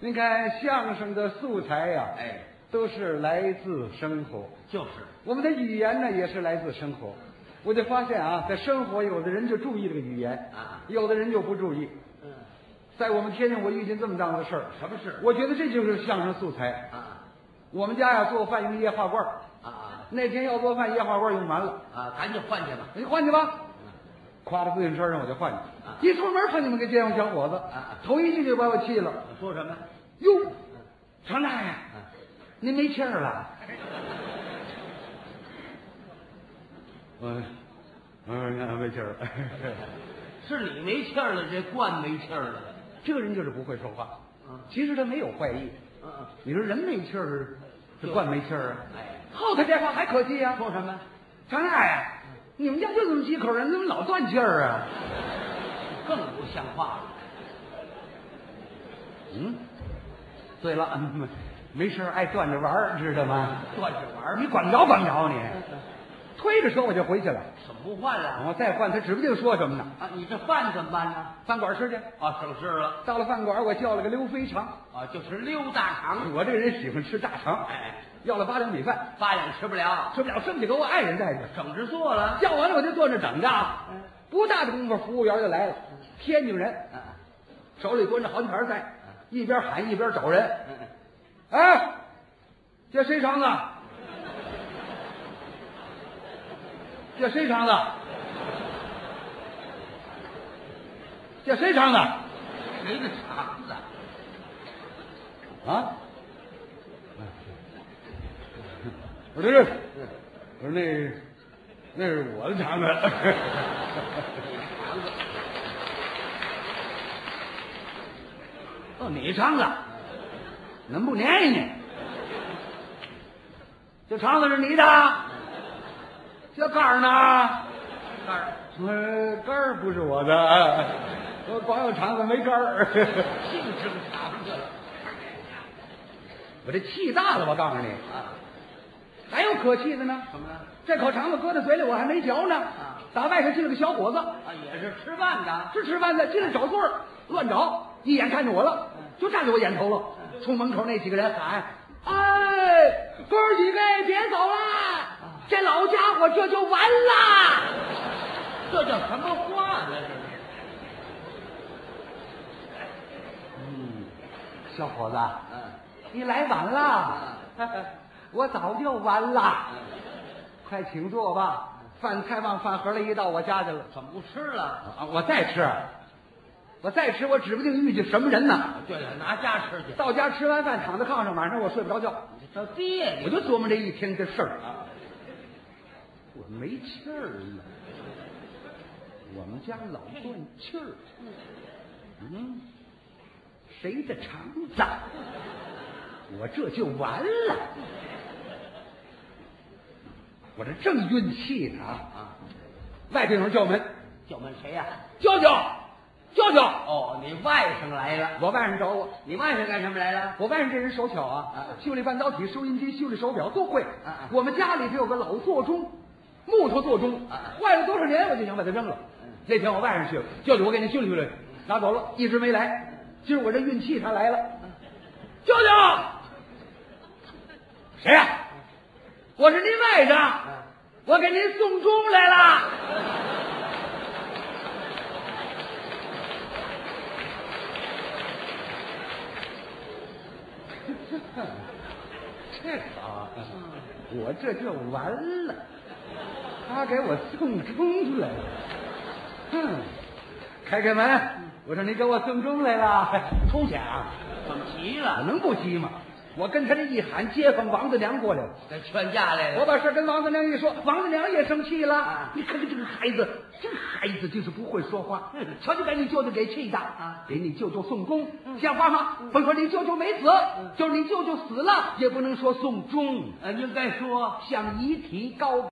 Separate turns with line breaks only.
您看相声的素材呀、
哎，
都是来自生活。
就是
我们的语言呢，也是来自生活。我就发现啊，在生活，有的人就注意这个语言
啊
有的人就不注意。
嗯，
在我们天津，我遇见这么档子事儿，
什么事儿
我觉得这就是相声素材。
啊
我们家呀做饭用液化罐儿，
啊啊
那天要做饭液化罐儿用完了，
啊！赶紧换去吧。
你换去吧。挎着自行车上我就换
啊
去，一出门碰见那个街坊小伙
啊
子，头一句就把我气了。
说什么？
哟，常大爷，
啊，
您没气儿 了？我，我没气儿了。
是你没气儿了，这罐没气儿了。
这个人就是不会说话
嗯，
其实他没有坏意。
嗯
你说人没气儿，这
对
罐没气儿啊？
哎
后头这话还可气呀、
嗯，说什么？嗯
常大爷，你们家就这么几口人，怎么老断气儿啊？
更不像话了。
嗯，对了， 嗯没事儿爱断着玩儿，知道吗？
断着玩儿
你管不着管不着你，推着车我就回去了。
怎么不换啊？
我再换，他指不定说什么呢。
啊，你这饭怎么办呢？
饭馆吃去。
啊，省事了
到了饭馆，我叫了个溜肥肠。
啊，就是溜大肠，
我这个人喜欢吃大肠，
哎，
要了八两米饭，
八两吃不了，
吃不了剩下给我爱人带去。
省着做了。
叫完了我就坐那等着啊
嗯，
不大的功夫，服务员就来了，天津人，
啊
手里端着好几盘菜，一边喊一边找人。
嗯
哎，这谁肠子？这谁肠子？这谁肠子？
嗯谁的肠子？
啊？我说这是，我说那那是我的肠子。哦，你肠子，能不粘人你？这肠子是你的？这杆儿呢？
肝儿，
我说杆儿不是我的，我光有肠子没杆儿。
净蒸肠子了
我这气大了，我告诉你，
啊？
还有可气的呢。
怎么了？
这口肠子搁在嘴里，我还没嚼呢
啊。
打外头进了个小伙子，
啊，也是吃饭的。
是吃饭的，进来找座儿，乱找，一眼看见我了，就站在我眼头了。冲门口那几个人喊：“哎，哥儿几位别走啦，这老家伙这就完啦
这叫什么话呢？这是！”
小伙子，
嗯
你来晚了， 我早就完了，
嗯，
快请坐吧。饭菜往饭盒里一倒，我家去了。
怎么不吃了？
啊，我再吃，我再吃，我指不定遇见什么人呢。
对了，拿家吃去。
到家吃完饭，躺在炕上，晚上我睡不着觉，
你这叫别
我
扭
就琢磨这一天的事儿啊。我没气儿呢，我们家老断气儿。嗯，谁的肠子？我这就完了。我这正运气呢啊！
啊！
外边有人叫门，
叫门谁呀？
舅舅，舅舅，
哦，你外甥来了。
我外甥找我。
你外甥干什么来了？
我外甥这人手巧啊
啊，
修理半导体、收音机、修理手表都会
啊。
我们家里头有个老座钟，木头座钟
啊，
坏了多少年我就想把它扔了
嗯。
那天我外甥去了，舅舅我给您修理修理，拿走了，一直没来。今儿我这运气他来了，舅舅，谁呀、我是您外甥，
嗯
我给您送钟来了。这
啊
好，
嗯
我这就完了。他给我送钟来了，哼！开开门，我说你给我送钟来了，出去啊！
怎么急
我
了？
能不急吗？我跟他这一喊，街坊王子娘过来了。
这劝架来
我
了。
把事儿跟王子娘一说，王子娘也生气了。
啊
你看看这个孩子，这个孩子就是不会说话。
嗯
瞧瞧，把你舅舅给气的
啊嗯
给你舅舅送终，像话吗？甭说你舅舅没死，就是你舅舅死了，也不能说送终，
呃，应该说
像遗体高。